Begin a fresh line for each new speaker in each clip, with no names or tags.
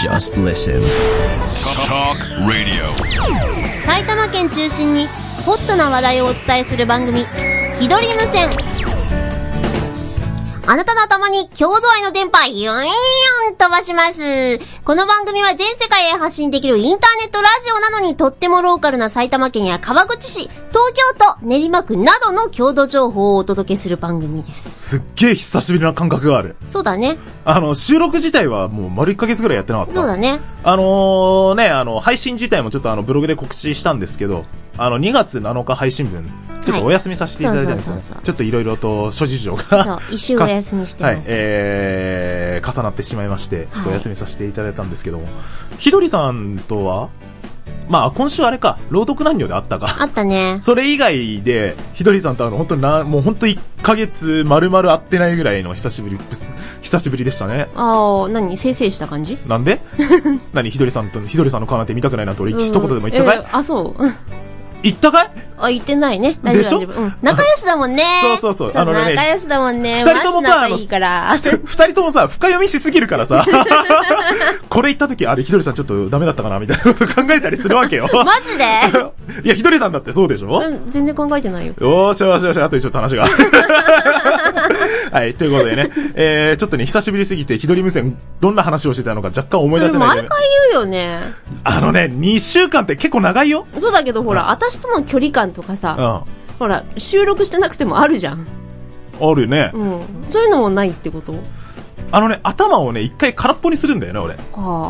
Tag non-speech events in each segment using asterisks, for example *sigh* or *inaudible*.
Just listen.
Talk Radio.
埼玉県中心にホットな話題をお伝えする番組「ひどり無線」あなたの頭に郷土愛の電波ユンユン飛ばしますこの番組は全世界へ発信できるインターネットラジオなのにとってもローカルな埼玉県や川口市東京都練馬区などの郷土情報をお届けする番組です
すっげえ久しぶりな感覚がある。
そうだね
あの、収録自体はもう丸1ヶ月ぐらいやってなかった。
そうだね
あのー、ね、あの、配信自体もちょっとあの、ブログで告知したんですけど、あの、2月7日配信分、ちょっとお休みさせていただいたんですよ
そうそうそうそう
ちょっといろいろと諸事情が。
そう一周お休みしてます
*laughs* はい、えー、重なってしまいまして、ちょっとお休みさせていただいたんですけども、ひどりさんとは、まあ、今週あれか、朗読難病であったか。
あったね
それ以外で、ひどりさんとあの、本当にな、もう本当1ヶ月丸々会ってないぐらいの久しぶり、ぶす久しぶりでしたね。
ああ何せいせいした感じ
な
*laughs*
んで何ひどりさんと、ひどりさんの顔なんて見たくないなんて俺一言でも言った
うん
か
え
い
ーあそう
言ったかい
あ、言ってないね。
でしょ
大丈夫。うん仲良しだもんね。
そうそうそうあのね
仲良しだもんね。
二人ともさ
マジ仲いいから。
二人ともさ、深読みしすぎるからさ、これ言った時、あれひどりさんちょっとダメだったかなみたいなこと考えたりするわ
*laughs*
けよ。
*laughs* マジで
いや、ひどりさんだってそうでしょ、
うん全然考えてないよ。
よーしよーしよーし、あと一応話が。 *laughs* はい、ということでね、えー、ちょっとね、久しぶりすぎて、ひどり無線、どんな話をしてたのか若干思
そ
い出
れ
せない
毎
け
回
ど、
言うよね。
あのね、2週間って結構長いよ。
そうだけどほら、私との距離感とか
うん。
さ、
あ
ほら、収録してなくてもあるじゃん。
るよね。
うん。そういうのもないってこと
あのね、頭をね、一回空っぽにするんだよね、俺。
あ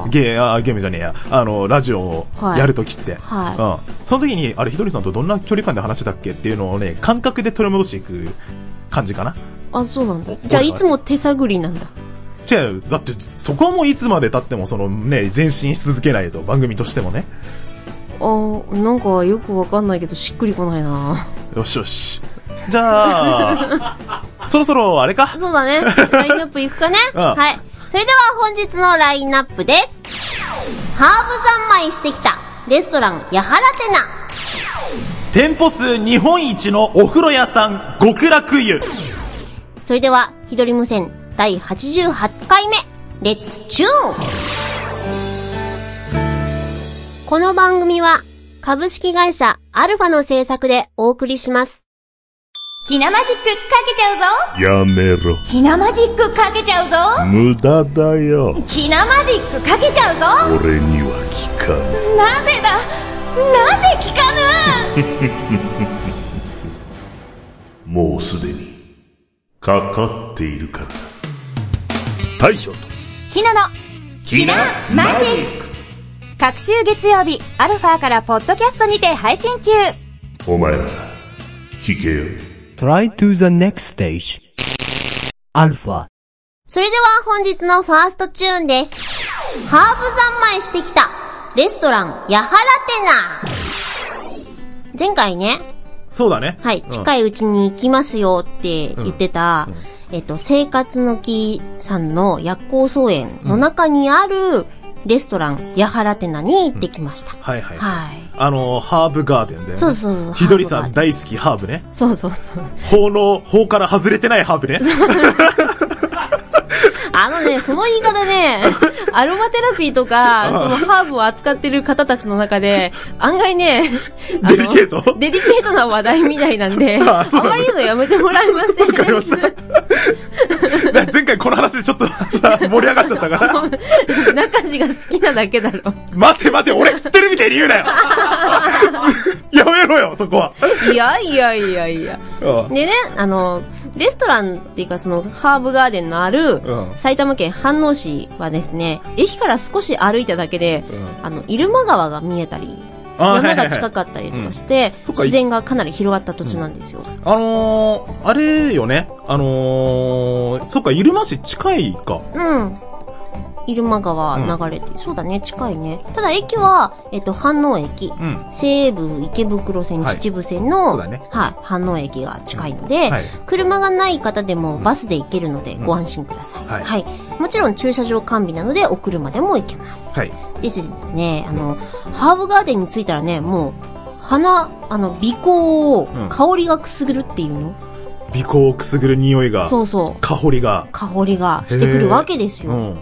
あ。
ゲー、あーゲームじゃねえや。あの、ラジオを
はい
やるときって。
は
うん。その時に、あれ、ひどりさんとどんな距離感で話してたっけっていうのをね、感覚で取り戻していく感じかな。
あ、そうなんだ。じゃあ、いつも手探りなんだ。
違う、だって、そこはもういつまで経っても、そのね、前進し続けないと、番組としてもね。
あーなんかよくわかんないけど、しっくりこないな
よしよし。じゃあ、そろそろ、あれか。
そうだ
*laughs*
ね。ラインナップいくかね。
うん
はい。それでは本日のラインナップです。ハーブ三昧してきた。レストラン、やはらてな。
店舗数日本一のお風呂屋さん、極楽湯。
それでは、ひどり無線第88回目、レッツチューンこの番組は、株式会社アルファの制作でお送りします。
ひなマジックかけちゃうぞ
やめろ。
ひなマジックかけちゃうぞ
無駄だよ。
ひなマジックかけちゃうぞ
俺には効かない。
なぜだなぜ聞か *laughs* ぬ
もうすでに、かかっているからだ。大将と、
ひなのひなマジック各週月曜日、アルファからポッドキャストにて配信中
お前ら、聞けよ。
Try to the next stage. Alpha.
それでは本日のファーストチューンです。ハーブ三昧してきた。レストラン、やはらてな。前回ね、
そうだね。
はい、近いうちに行きますよって言ってた、えっと、生活の木さんの薬効草園の中にあるレストラン、やはらてなに行ってきました。
はいはい。
はい。
あの、ハーブガーデンだよね。
そうそうそう
ひどりさ
ハー
ん
ブガ
大好きハーブね。
そうそうそう。
法の、法から外れてないハーブね。
あの
*laughs*
ね、その言い方ね、アロマテラピーとか、そのハーブを扱ってる方たちの中で、案外ね、あの
*laughs* デリケート
デリケートな話題みたいなんで、
*laughs* あ
あ
そうなんだ
まり言うのやめてもらえません。
わかりましただ *laughs* 前回この話でちょっと *laughs* さ盛り上がっちゃった
*laughs*
から、
*laughs* 中地が好きなだけだ
*laughs*
ろ。
待て待て、俺知ってるみたいに
*laughs*
言うなよやめろよ、そこは。
いやいやいやいや。
うん
でね、あの、レストランっていうかその、ハーブガーデンのある
うん、
埼玉県飯能市はですね、駅から少し歩いただけで、
う
あの、入間川が見えたり、
あはいは
山
いはい
が近かったりとかして、
そっか
自然がかなり広がった土地なんですよ。
あのー、あれよね。あのー、そっか、入間市近いか。
うん。入間川流れて、そうだね、近いね。ただ駅は、えっと、飯能駅、
ん
西武池袋線、
はい
秩父線の、
そうだね
はい、飯能駅が近いので、
はい
車がない方でもバスで行けるので、ご安心ください,、
はい
もちろん駐車場完備なので、お車でも行けます。
はい。
でですね、あの、ハーブガーデンに着いたらね、もう、花、あの、鼻孔を、
ん
香りがくすぐるっていうの、
鼻孔をくすぐる匂いが、
そうそう。
香りが。
香りがしてくるわけですよ。
うん。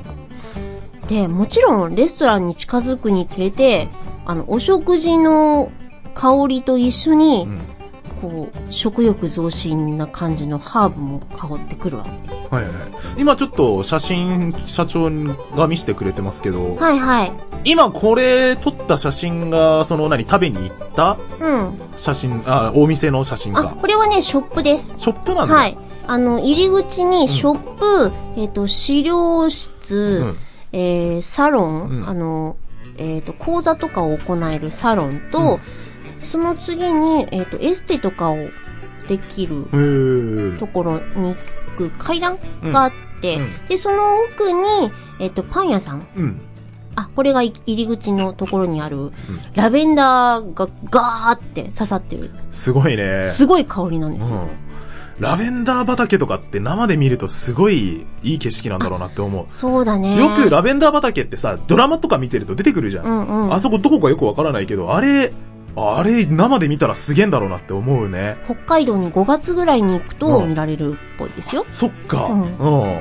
で、もちろんレストランに近づくにつれて、あの、お食事の香りと一緒に、こう、食欲増進な感じのハーブも香ってくるわけ。
はいはい。今ちょっと写真、社長が見せてくれてますけど、
はいはい。
今これ撮った写真が、その何、食べに行った
うん。
写真、あ、お店の写真
あ、
か。
これはね、ショップです。
ショップなんだ。
はい。あの、入り口にショップ、えっ、と、資料室、
うん
えー、サロン、
うん
あの、えっ、と、講座とかを行えるサロンと、その次に、えっ、と、エステとかをできる
へー
ところに行く階段があって、
うんうん
で、その奥に、えっ、と、パン屋さん。
うん。
あ、これがい入り口のところにある、ラベンダーがガーって刺さってる、
すごいね。
すごい香りなんですよ。
うん。ラベンダー畑とかって生で見るとすごいいい景色なんだろうなって思う。
そうだね。
よくラベンダー畑ってさ、ドラマとか見てると出てくるじゃん。
うんうん
あそこどこかよくわからないけど、あれ、あれ生で見たらすげえんだろうなって思うね。
北海道に5月ぐらいに行くと
うん
見られるっぽいですよ。
そっか。
うん
うん。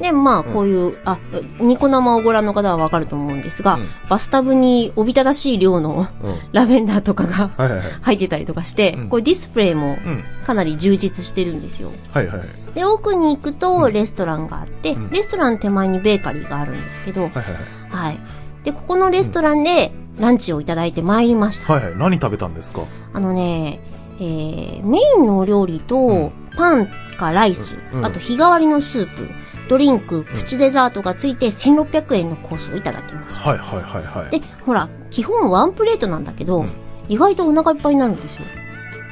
で、まあ、こういう、あ、ニコ生をご覧の方はわかると思うんですが、
うん
バスタブにおびただしい量の *laughs*
うん。
ラベンダーとかが *laughs*
はいはいはい。
入ってたりとかして、
うん
こうディスプレイも
うん。
かなり充実してるんですよ。
はいはい。はい
で、奥に行くとレストランがあって、
うん
レストラン手前にベーカリーがあるんですけど、
はいはい。
はい。で、ここのレストランでランチをいただいてまいりました。
はいはい。何食べたんですか
あのね、えー、メインのお料理と、パンかライス、
うん
あと日替わりのスープ、ドリンク、プチデザートがついて1600円のコースをいただきまし
はいはいはいは
た。
い。
で、ほら、基本ワンプレートなんだけど、
うん
意外とお腹いっぱいになるんですよ。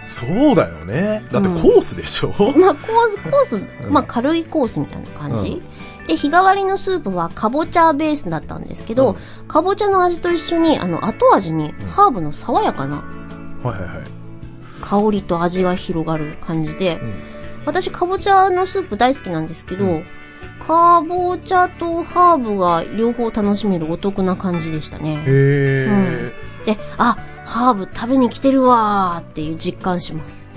そうだよね。だって
うん
コースでしょ、
まあ、コース、コース、
うん
まあ、軽いコースみたいな感じ。で、日替わりのスープはかぼちゃベースだったんですけど、かぼちゃの味と一緒に、あの、後味にハーブの爽やかな
はいはいはい。
香りと味が広がる感じで、
うん
私、かぼちゃのスープ大好きなんですけど、
う
かぼちゃとハーブが両方楽しめるお得な感じでしたね。う
へー
んで、あ、ハーブ食べに来てるわーっていう実感します。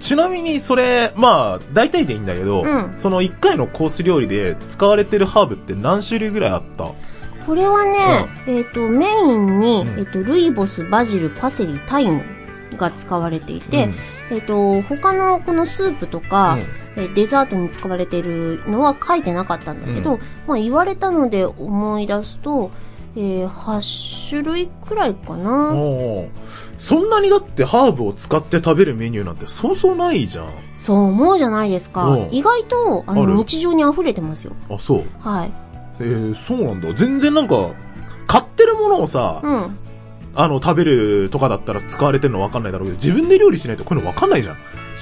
ちなみにそれ、まあ、大体でいいんだけど、
うん
その1回のコース料理で使われてるハーブって何種類ぐらいあった
これはね、えっ、と、メインに、
うん
えっ、と、ルイボス、バジル、パセリ、タイムが使われていて、
うん
えっ、と、他のこのスープとか、えーデザートに使われてるのは書いてなかったんだけど、
う
まあ言われたので思い出すと、えー8種類くらいか
うん
な。
おーそんなにだってハーブを使って食べるメニューなんてそうそうないじゃん。
そう思うじゃないです
う
か
ん。
意外と、あの
あ、る
日常に溢れてますよ。
あ、そう。
はい。
えー、そうなんだ。全然なんか、買ってるものをさ、
うん。
あの、食べるとかだったら使われてるの分かんないだろうけど、自分で料理しないとこういうの分かんないじゃん。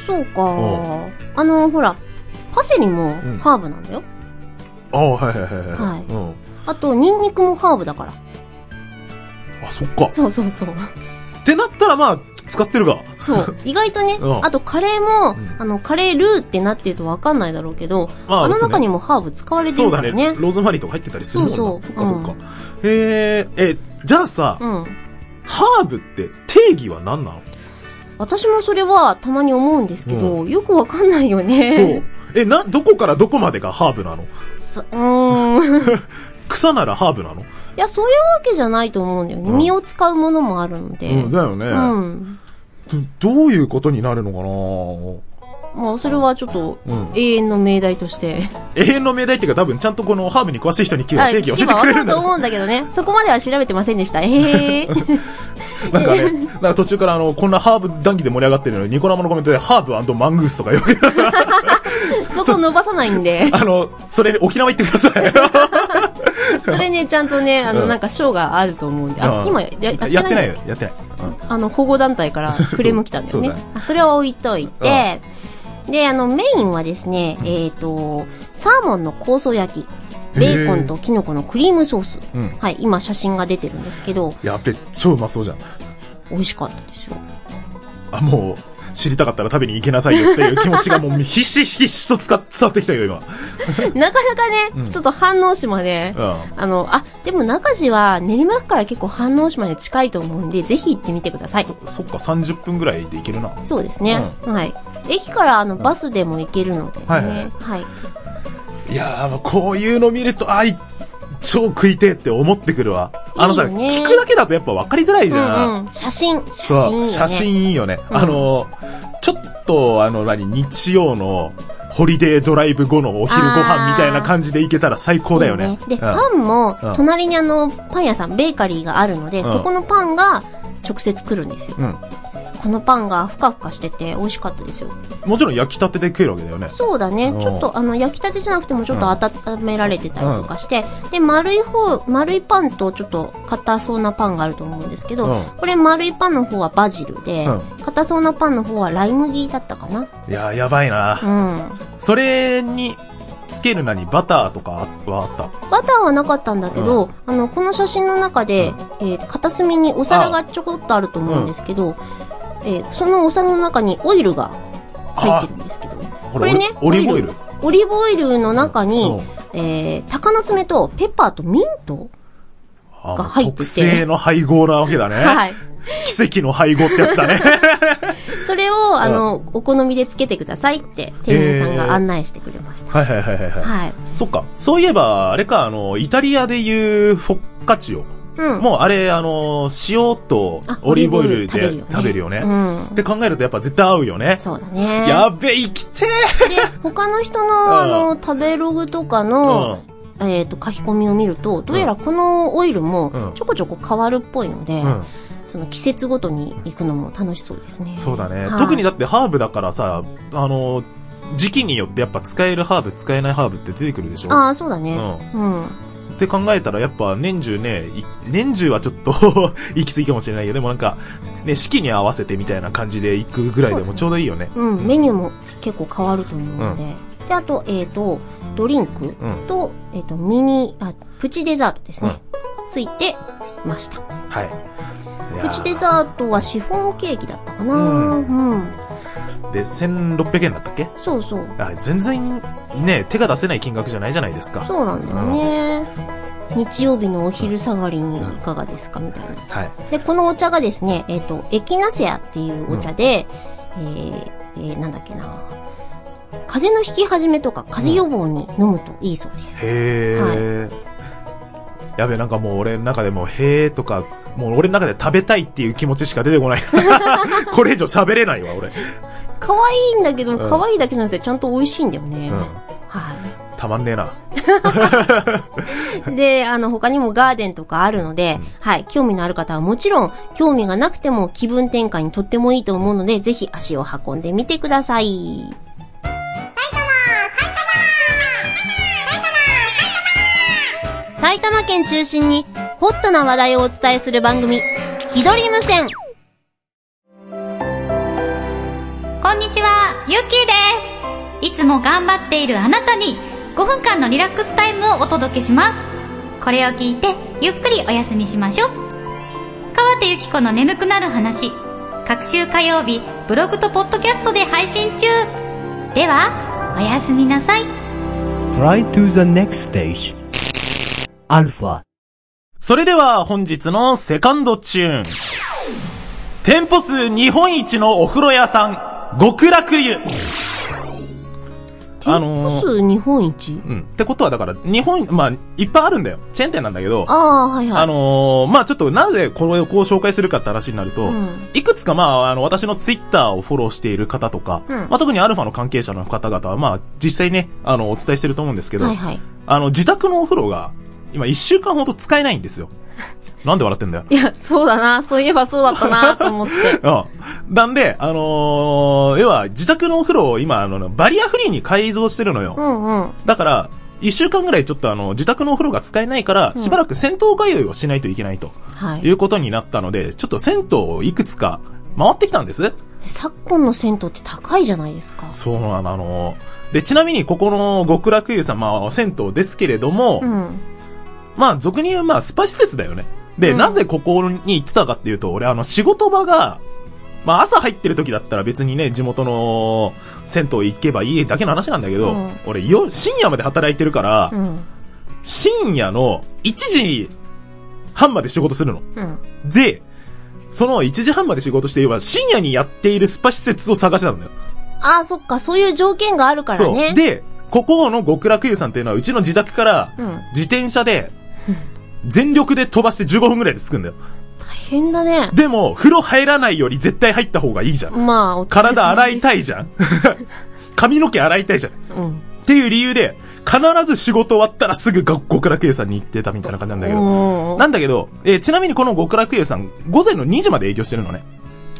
そう
う
か。あの、ほら、パセリも
ん
ハーブなんだよ。
ああ、はいはいはい
はい
うん。
あと、ニンニクもハーブだから。
あ、そっか。
そうそうそう。
ってなったらまあ、使ってるが。 *laughs*
そう。意外とね
う、ん
あとカレーも
ん、
あの、カレールーってなってるとわかんないだろうけど、
まあ
あの
そうね
中にもハーブ使われて
そ
る
う
か
だ
ら
ね。
ね。
ローズマリーとか入ってたりするもんな。
そう
そ
そ
っ
う
かそっか。えー、え、じゃあさ、
うん。
ハーブって定義は何なの
私もそれはたまに思うんですけど、よくわかんないよ
そう
ね。。
え、な、どこからどこまでがハーブなの
そう。 *laughs* うーん。い
草ならハーブなの
や、そういうわけじゃないと思うんだよね。
うん
身を使うものもあるので。
だよね、
うん。
ど。ういうことになるのか
まあ、それはちょっと
うん、
永遠の命題として。
な永遠の命題っていうか多分ちゃんとこのハーブに詳しい人に今日は
は
定
い、
義
聞け
を教えて
ば
く
分
れ
か
るん
る
だ
と
ろう
思うんだけどね。そこまでは調べてませんでした。え
*laughs*
え。
なんかね、なんか途中からあの、こんなハーブ談義で盛り上がってるのに、ニコ生のコメントで、ハーブマングースとかよく、
そこ伸ばさないんで。
あの、それ沖縄行ってください。
それね、ちゃんとね、あ
う
の、
ん
なんか賞があると思うんで。あ、今ややってない
やってないよ、やってない。うん
あの、保護団体からクレーム来たんだよね
そうだ。
あそれは置いといて、で、あの、メインはですね、えっ、と、サーモンの香草焼き、ベーコンとキノコのクリームソース。
うん
はい、今写真が出てるんですけど、
やっべ、超うまそうじゃん。
美味しかったですよ。
あ、もう、知りたかったら食べに行けなさいよっていう気持ちがも *laughs* うひしひしとつか伝わってきたよ、今。
*laughs* なかなかね、ちょっと反応島で、
う
あの、あ、でも中地は練馬区から結構反応島で近いと思うんで、ぜひ行ってみてください。
ん。そっか、30分ぐらいで行けるな。
そうですね。はい。駅からあの、バスでも行けるのでね。
はいはい
はい。
いやー、こういうの見ると、あい、超食いてえって思ってくるわ。あのさ、
いいよね
聞くだけだとやっぱ分かりづらいじゃん。
うんうん。写真、写真いい
そ
よ
う、
ね。
写真いいよね。
うん
あの、ちょっと、あの、何、日曜の、ホリデードライブ後のお昼ご飯みたいな感じで行けたら最高だよね。
で、
うん
パンも
うん、
隣にあの、パン屋さん、ベーカリーがあるので、
うん
そこのパンが直接来るんですよ。
うん。
このパンがふかふかしてて美味しかったですよ。
もちろん焼きたてで食えるわけだよね。
そうだね
う。ん
ちょっとあの、焼きたてじゃなくてもちょっと温められてたりとかして、で、丸い方、丸いパンとちょっと硬そうなパンがあると思うんですけど、
うん
これ丸いパンの方はバジルで、
うん
硬そうなパンの方はライ麦だったかな。
いや、やばいな。
うん。
それに、つけるなにバターとかはあっ
バターはなかったんだけど、あの、この写真の中で、えー片隅にお皿がちょこっとあると思うんですけど、えーそのお皿の中にオイルが入ってるんですけど、
た。
これね、
オリオリーブオイル。
オリーブオイルの中
うん
に、えー、鷹の爪とペッパーとミント
あ
が入ってて
特製の配合なわけだね。
はい。
奇跡の配合ってやつ
*laughs*
だね。
それを、あの、お好みでつけてくださいって、店員さん
へー
が案内してくれました。
はいはいはいはいはい。
はい。
そっか。そういえば、あれか、あの、イタリアで言うフォッカチオ。
うん。
もうあれ、あの、塩と
あ
オリーブオイ
オ
ル
リー
で
ブオイル
食
食べ
べる
る
よ
よ
ね
ね。うん
って考えるとやっぱ絶対合うよね。
そうだね。
やべえ、生きて
で、他の人
うん
の、あの、食べログとか
ー
の、えっ、と、書き込みを見ると、どうやらこのオイル
うん
も、ちょこちょこ変わるっぽいので、
うん。
その季節ごとに行くのも楽しそうですね。
そうだね。
はい
特にだってハーブだからさ、あの、時期によってやっぱ使えるハーブ、使えないハーブって出てくるでしょ
ああ、そうだね。うん。
って考えたらやっぱ年中ね、い年中はちょっと *laughs* 行き過ぎかもしれないけど、でもなんか、ね、四季に合わせてみたいな感じで行くぐらいでもちょうどいいよね。
うん、メニューも結構変わると思うので。で、あと、えっ、と、ドリンク
うん
と、えっ、と、ミニ、あ、プチデザートですね。ついてました。
はい。いやー
プチデザートはシフォンケーキだったかな、うん、
で、1600円だったっけ
そうそう。
あ全然、ね、手が出せない金額じゃないじゃないですか。
そうなんだよね。日曜日のお昼下がりにいかがですかみたいな。
はい。
で、このお茶がですね、えっ、と、エキナセアっていうお茶で、えーえーなんだっけな。風邪の引き始めとか、風邪予防に飲むといいそうです。
へえ、やべ、なんかもう俺の中でもう、へえとか、もう俺の中で食べたいっていう気持ちしか出てこない。 *laughs* これ以上喋れないわ、俺。
可愛いんだけど、
ん
可愛いだけじゃなくて、ちゃんと美味しいんだよね。
うん
は
たまんねえな。 *laughs*
い。で、あの、他にもガーデンとかあるので、はい、興味のある方はもちろん、興味がなくても気分転換にとってもいいと思うので、ぜひ足を運んでみてください。埼玉県中心に、ホットな話題をお伝えする番組、ひどり無線。
こんにちは、ゆっきーです。いつも頑張っているあなたに5分間のリラックスタイムをお届けします。これを聞いてゆっくりお休みしましょう。川手ゆき子の眠くなる話、各週火曜日ブログとポッドキャストで配信中。では、おやすみなさい。
Try to the next stage. Alpha.
それでは本日のセカンドチューン。店舗数日本一のお風呂屋さん、極楽湯。あ
店
の
舗
ー
数日本一
うん。ってことはだから、日本、まあ、いっぱいあるんだよ。チェーン店なんだけど、
ああ、はいはい。
あのーまあちょっとなぜこれをこう紹介するかって話になると、
ん
いくつかまああの、私のツイッターをフォローしている方とか、
うん
まあ特にアルファの関係者の方々は、まあ実際ね、あの、お伝えしてると思うんですけど、
はいはい。
あの、自宅のお風呂が、今一週間ほど使えないんです *laughs* よ。なんで笑ってんだよ。
いや、そうだな。そういえばそうだったなと思って。
うん。なんで、あのー要は、自宅のお風呂を今、あの、バリアフリーに改造してるのよ。
うんうん。
だから、一週間ぐらいちょっとあの、自宅のお風呂が使えないから、しばらく銭湯通いをしないといけないと。
はい
い。うことになったので、ちょっと銭湯をいくつか回ってきたんです。
昨今の銭湯って高いじゃないですか。
そうなの、あの、で、ちなみにここの極楽湯さん、まあ、銭湯ですけれども、
うん。
まあ、俗に言う、まあ、スパ施設だよね。で、
うん
なぜここに行ってたかっていうと、俺、あの、仕事場が、まあ、朝入ってる時だったら別にね、地元の銭湯行けばいいだけの話なんだけど、
うん
俺、よ、深夜まで働いてるから、
うん。
深夜の1時半まで仕事するの。
うん。
で、その1時半まで仕事していれば、深夜にやっているスパ施設を探してたんだよ。
ああ、そっか。そういう条件があるから
そう。
ね。
で、ここの極楽湯さんっていうのは、うちの自宅から
うん、 *laughs*
自転車で、全力で飛ばして15分ぐらいで着くんだよ。
大変だね。
でも、風呂入らないより絶対入った方がいいじゃん。
まあ、お疲れ様です
体洗いたいじゃん。髪の毛洗いたいじゃん。
うん。
っていう理由で、必ず仕事終わったらすぐが極楽湯さんに行ってたみたいな感じなんだけ
お
ど。
ー
なんだけど、えーちなみにこの極楽湯さん、午前の2時まで営業してるのね。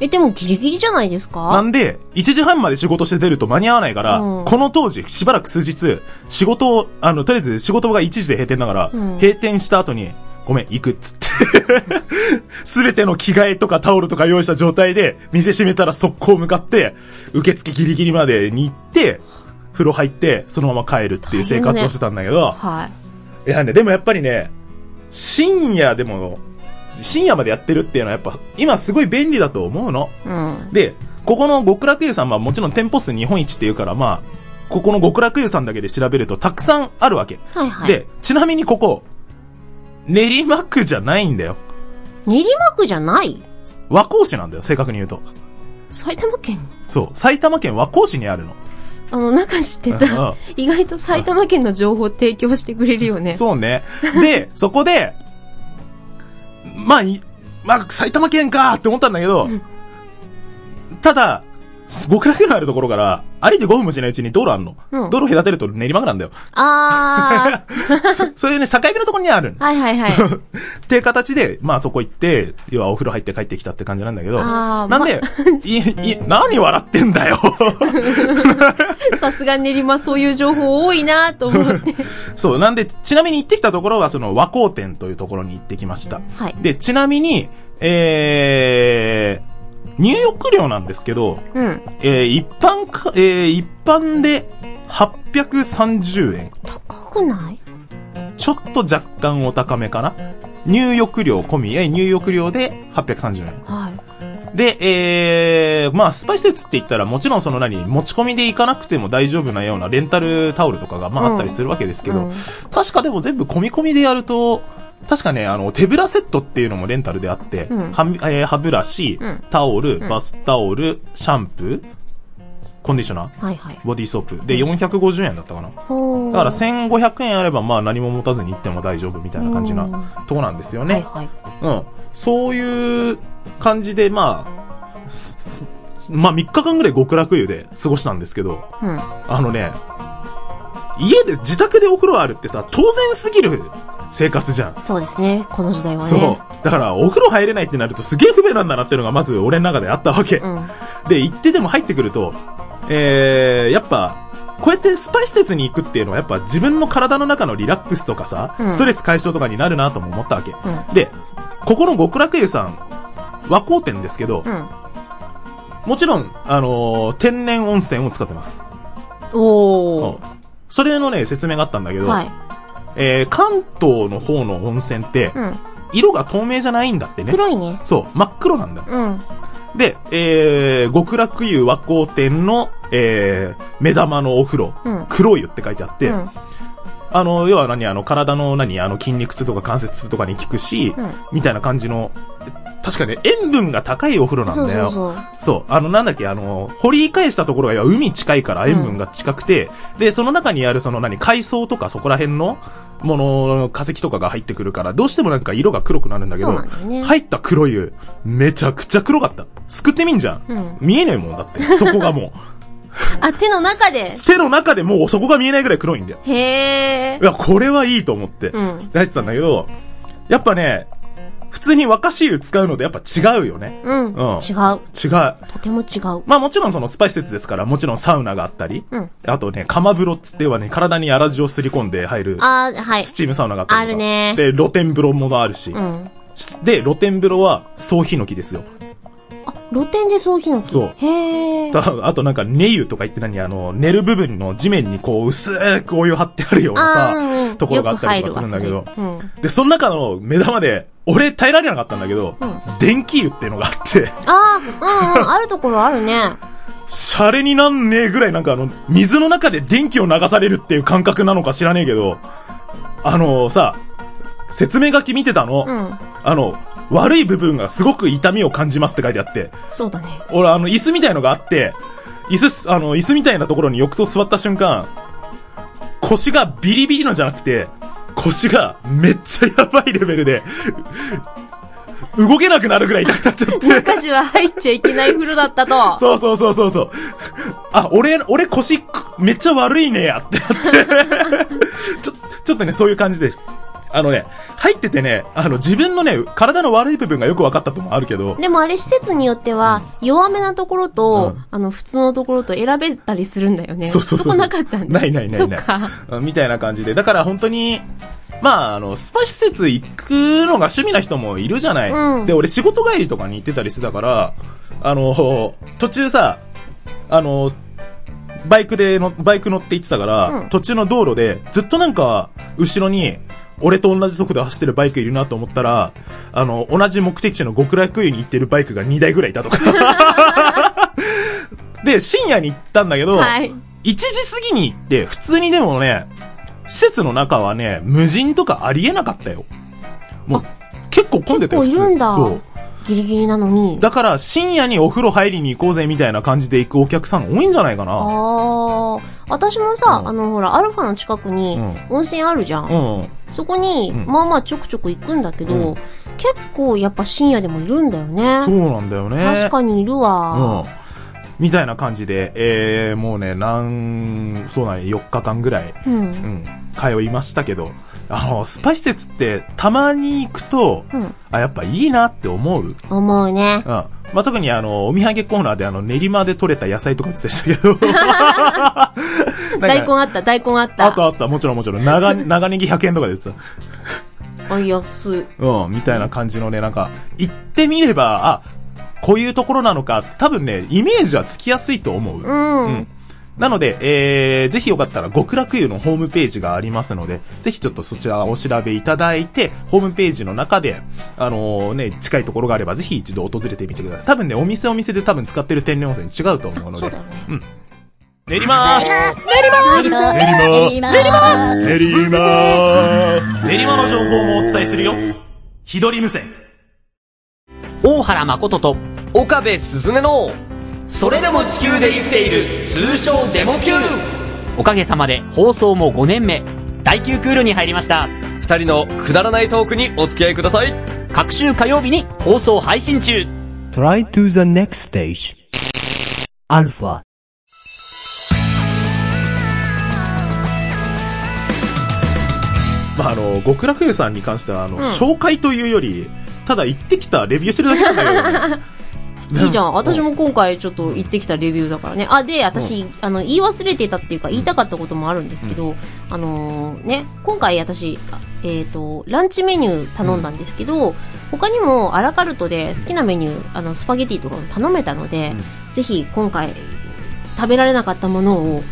え、でもギリギリじゃないです
な
か
んで、1時半まで仕事して出ると間に合わないから、
うん
この当時、しばらく数日、仕事を、あの、とりあえず仕事が1時で閉店だから、
うん
閉店した後に、ごめん、行くっつって。 *laughs* すべての着替えとかタオルとか用意した状態で、店閉めたら速攻向かって、受付ギリギリまでに行って、風呂入って、そのまま帰るっていう生活をしてたんだけど、
はい。
いやね、でもやっぱりね、深夜でも、深夜までやってるっていうのはやっぱ、今すごい便利だと思うの。
うん。
で、ここの極楽湯さんはもちろん店舗数日本一っていうから、まあ、ここの極楽湯さんだけで調べるとたくさんあるわけ。
はいはい。
で、ちなみにここ、練馬区じゃないんだよ。
練馬区じゃない
和光市なんだよ、正確に言うと。
埼玉県
そう、埼玉県和光市にあるの。
あの、中知ってさ、意外と埼玉県の情報提供してくれるよね。
そうね。
*laughs*
で、そこで、まあ、いまあ、埼玉県かって思ったんだけど、ただ、す極楽のあるところから、歩いて5分もしないうちに道路あんの。
うん
道路隔てると練馬区なんだよ。
あ
*laughs* そそういうね、境目のところにある。 *laughs*
ー。はいはいはい。
っていう形で、まあそこ行って、要はお風呂入って帰ってきたって感じなんだけど。
あー
なんで、い、い、何笑ってんだよ *laughs*
さすが練馬そういう情報多いなと思
*laughs*
って。
そう、なんで、ちなみに行ってきたところは、その和光店というところに行ってきました。
はい
で、ちなみに、えー、入浴料なんですけど、
うん。
えー、一般か、えー、一般で830円。
高くない
ちょっと若干お高めかな入浴料込み、えー入浴料で830円。
はい。
で、えー、まあ、スパイス施設って言ったら、もちろんその何、持ち込みで行かなくても大丈夫なようなレンタルタオルとかが、まあ、
うん
あったりするわけですけど、
うん
確かでも全部込み込みでやると、確かね、あの、手ぶらセットっていうのもレンタルであって、
うん
はみえー歯ブラシ、
うん
タオル、バスタオル、シャンプー、コンディショナー、
はいはい。
ボディーソープ。で、450円だったかな。
ほー
だから1500円あれば、まあ何も持たずに行っても大丈夫みたいな感じ
うん
なとこなんですよね。
はいはい。
うん。そういう感じで、まあ、すすまあ3日間ぐらい極楽湯で過ごしたんですけど、
うん。
あのね、家で、自宅でお風呂あるってさ、当然すぎる生活じゃん。
そうですね。この時代はね。
そう。だから、お風呂入れないってなるとすげえ不便なんだなっていうのがまず俺の中であったわけ。
うん。
で、行ってでも入ってくると、えー、やっぱ、こうやってスパイ施設に行くっていうのはやっぱ自分の体の中のリラックスとかさ、
うん
ストレス解消とかになるなとも思ったわけ。
う
で、ここの極楽湯さん、和光店ですけど、
うん。
もちろん、あのー天然温泉を使ってます。う
お
んそれのね、説明があったんだけ
ー。
ど、
はい。
えー、関東の方の温泉って、
うん。
色が透明じゃないんだってね。
黒いね。
そう、真っ黒なんだ。
うん。
で、えー、極楽湯和光店の、えー、目玉のお風呂、
うん
黒湯って書いてあって、
うん。
あの、要は何、あの、体の何、あの、筋肉痛とか関節痛とかに効くし、
うん
みたいな感じの、確かね、塩分が高いお風呂なんだ
そ
よ。
うそうそう。
そう、あの、なんだっけ、あの、掘り返したところが要は海近いから塩分が近くて、で、その中にあるその何、海藻とかそこら辺の、もの、化石とかが入ってくるから、どうしてもなんか色が黒くなるんだけど、
そうなんだよね
入った黒湯、めちゃくちゃ黒かった。すくってみんじゃん。
うん
見えねえもんだって、そこがも
*laughs* あ、手の中で。
う。手の中でもうそこが見えないぐらい黒いんだよ。
へー
い。や、これはいいと思って、
うん
入ってたんだけど、やっぱね、普通に若し湯使うのとやっぱ違うよね。
うん。
うん
違う。
違う。
とても違う。
まあもちろんそのスパイ施設ですから、もちろんサウナがあったり、
うん
あとね、釜風呂っつってはね、体に粗塩をすり込んで入る、
あーはい
スチームサウナがあったりとか
あるね
で、露天風呂もあるし、
うん。
で、露天風呂は、総ヒノキですよ。
露天でそうヒノキ。
そう
へー。
たあとなんか、寝湯とか言って何あの、寝る部分の地面にこう、薄くお湯張ってあるよう
あーうんう
なんさ、ところがあったりとかするんだけ
よ
ど
く入るわそれ、
で、その中の目玉で、俺耐えられなかったんだけど、電気湯っていうのがあって、
あー、うんうん。あるところあるね。
シャレになんねえぐらいなんかあの、水の中で電気を流されるっていう感覚なのか知らねえけど、あのさ、説明書き見てたの、
うん。
あの、悪い部分がすごく痛みを感じますって書いてあって、
そうだね。
俺あの、椅子みたいのがあって、椅子す、あの、椅子みたいなところに浴槽座った瞬間、腰がビリビリのじゃなくて、腰がめっちゃやばいレベルで、動けなくなるぐらい痛くなっちゃって。
昔は入っちゃいけない風呂だったと。
そうそうそうそうそう。あ、俺、俺腰くめっちゃ悪いねやってな *laughs* って。ちょ、ちょっとね、そういう感じで。あのね、入っててね、あの自分のね、体の悪い部分がよく分かったともあるけど、
でもあれ施設によっては、弱めなところと、
うん
あの、普通のところと選べたりするんだよね。
そうそうそうそう
こなかったんだ。
ないないないない
そっか。
*laughs* うんみたいな感じで。だから本当に、まあ、あの、スパ施設行くのが趣味な人もいるじゃない。
うん
で、俺仕事帰りとかに行ってたりしてたから、あの、途中さ、あの、バイクでの、バイク乗って行ってたから、
うん
途中の道路で、ずっとなんか、後ろに、俺と同じ速度走ってるバイクいるなと思ったら、あの、同じ目的地の極楽湯に行ってるバイクが2台ぐらいいたとか。
*laughs*
で、深夜に行ったんだけど、
はい。
1時過ぎに行って、普通にでもね、施設の中はね、無人とかありえなかったよ。もう、結構混んでたよ、
結構いるんだ
そう。
ギリギリなのに。
だから、深夜にお風呂入りに行こうぜ、みたいな感じで行くお客さん多いんじゃないか
あ
な。
ー。私もさ、
うん
あの、ほら、アルファの近くに
う
温泉あるじゃん。
うん。
そこに、
うん
まあまあちょくちょく行くんだけど、
うん
結構やっぱ深夜でもいるんだよね。
そうなんだよね。
確かにいるわ。
うん。みたいな感じで、えー、もうね、なん、そうだね、4日間ぐらい、
うん。う。
うんん、通いましたけど、あの、スパ施設って、たまに行くと、あ、やっぱいいなって思う。
思うね。
うん。まあ、特にあの、お土産コーナーであの、練馬で採れた野菜とか言ってたけど。
*laughs*
なんか
大根あった、大根あった。
あったあった、もちろんもちろん。
*laughs*
長、長ネギ100円とかで言ってた。
あ、安い。
うん、みたいな感じのね、なんか、行ってみれば、あ、こういうところなのか、多分ね、イメージはつきやすいと思う。
うん。
なので、えー、ぜひよかったら、極楽湯のホームページがありますので、ぜひちょっとそちらをお調べいただいて、ホームページの中で、あのーね、近いところがあれば、ぜひ一度訪れてみてください。多分ね、お店お店で多分使ってる天然温泉違うと思うの
そ
で。
うだよね。
練馬
練馬練馬
練馬の情報もお伝えするよ。日取り無線。
大原誠と岡部鈴音のそれでも地球で生きている通称デモ級おかげさまで放送も5年目第9クールに入りました
二人のくだらないトークにお付き合いください
各週火曜日に放送配信中
Try to the next stage. Alpha.
まあ、あの、極楽湯さんに関しては、あの、紹介というより、ただ行ってきたレビューしてるだけなんだけどね
いいじゃん。私も今回ちょっと行ってきたレビューだからね。あ、で、私、あの、言い忘れてたっていうか、言いたかったこともあるんですけど、あのーね、今回私、あえっ、と、ランチメニュー頼んだんですけど、他にもアラカルトで好きなメニュー、あの、スパゲティとかも頼めたので、ぜひ今回、食べられなかったものを、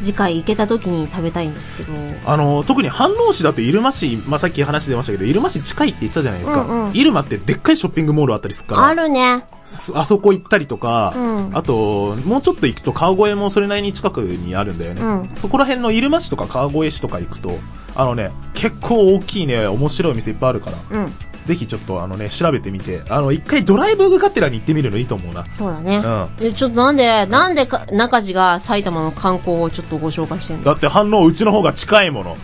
次回行けた時に食べたいんですけど、
あの、特に反応市だと入間市、まあ、さっき話出ましたけど、入間市近いって言ってたじゃないですか。
うんうん
入間ってでっかいショッピングモールあったりするから。
あるね。
そあそこ行ったりとか、
うん
あと、もうちょっと行くと川越もそれなりに近くにあるんだよね。
うん
そこら辺の入間市とか川越市とか行くと、あのね、結構大きいね、面白いお店いっぱいあるから、
うん。
ぜひちょっとあのね、調べてみて、あの、一回ドライブがてらに行ってみるのいいと思うな。
そうだね。
う
えちょっとなんで、なんでか、中地が埼玉の観光をちょっとご紹介してんの
だって反応うちの方が近いもの。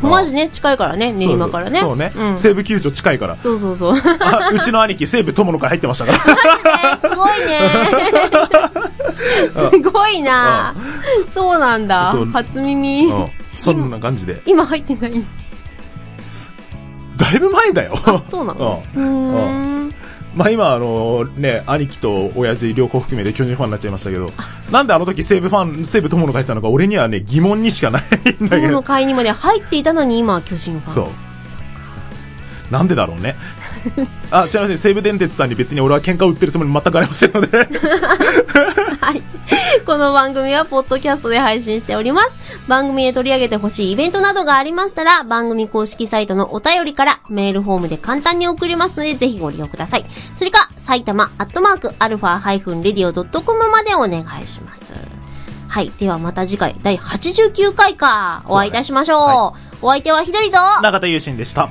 マジね、近いからね、練馬からね。
そうそうそうね、
ん
西武球場近いから。
そうそう
*laughs*
そう。
あうちの兄貴西武友の会入ってましたから。
すごいね。すごいな。そうなんだ
そう。
初耳。
うん、そんな感じで。
今入ってない。
だいぶ前だよ。
そうなの
うん
うーん。
まあ今、あのね、兄貴と親父両方含めて巨人ファンになっちゃいましたけど、なんであの時西武ファン、西武友の会ってたのか、俺にはね、疑問にしかないんだけ
今日の
ど。
会にまで入っていたのに今は巨人ファン。
そう。なんでだろうね。あ、ちなみに西武電鉄さんに別に俺は喧嘩売ってるつもり全くありませんので。
*laughs* はい。この番組は、ポッドキャストで配信しております。番組で取り上げてほしいイベントなどがありましたら、番組公式サイトのお便りから、メールフォームで簡単に送れますので、ぜひご利用ください。それか、埼玉、アットマーク、アルファ -radio.com までお願いします。はい。ではまた次回、第89回か、お会いいたしましょう。
は
お相手はひどりと、
中田優心でした。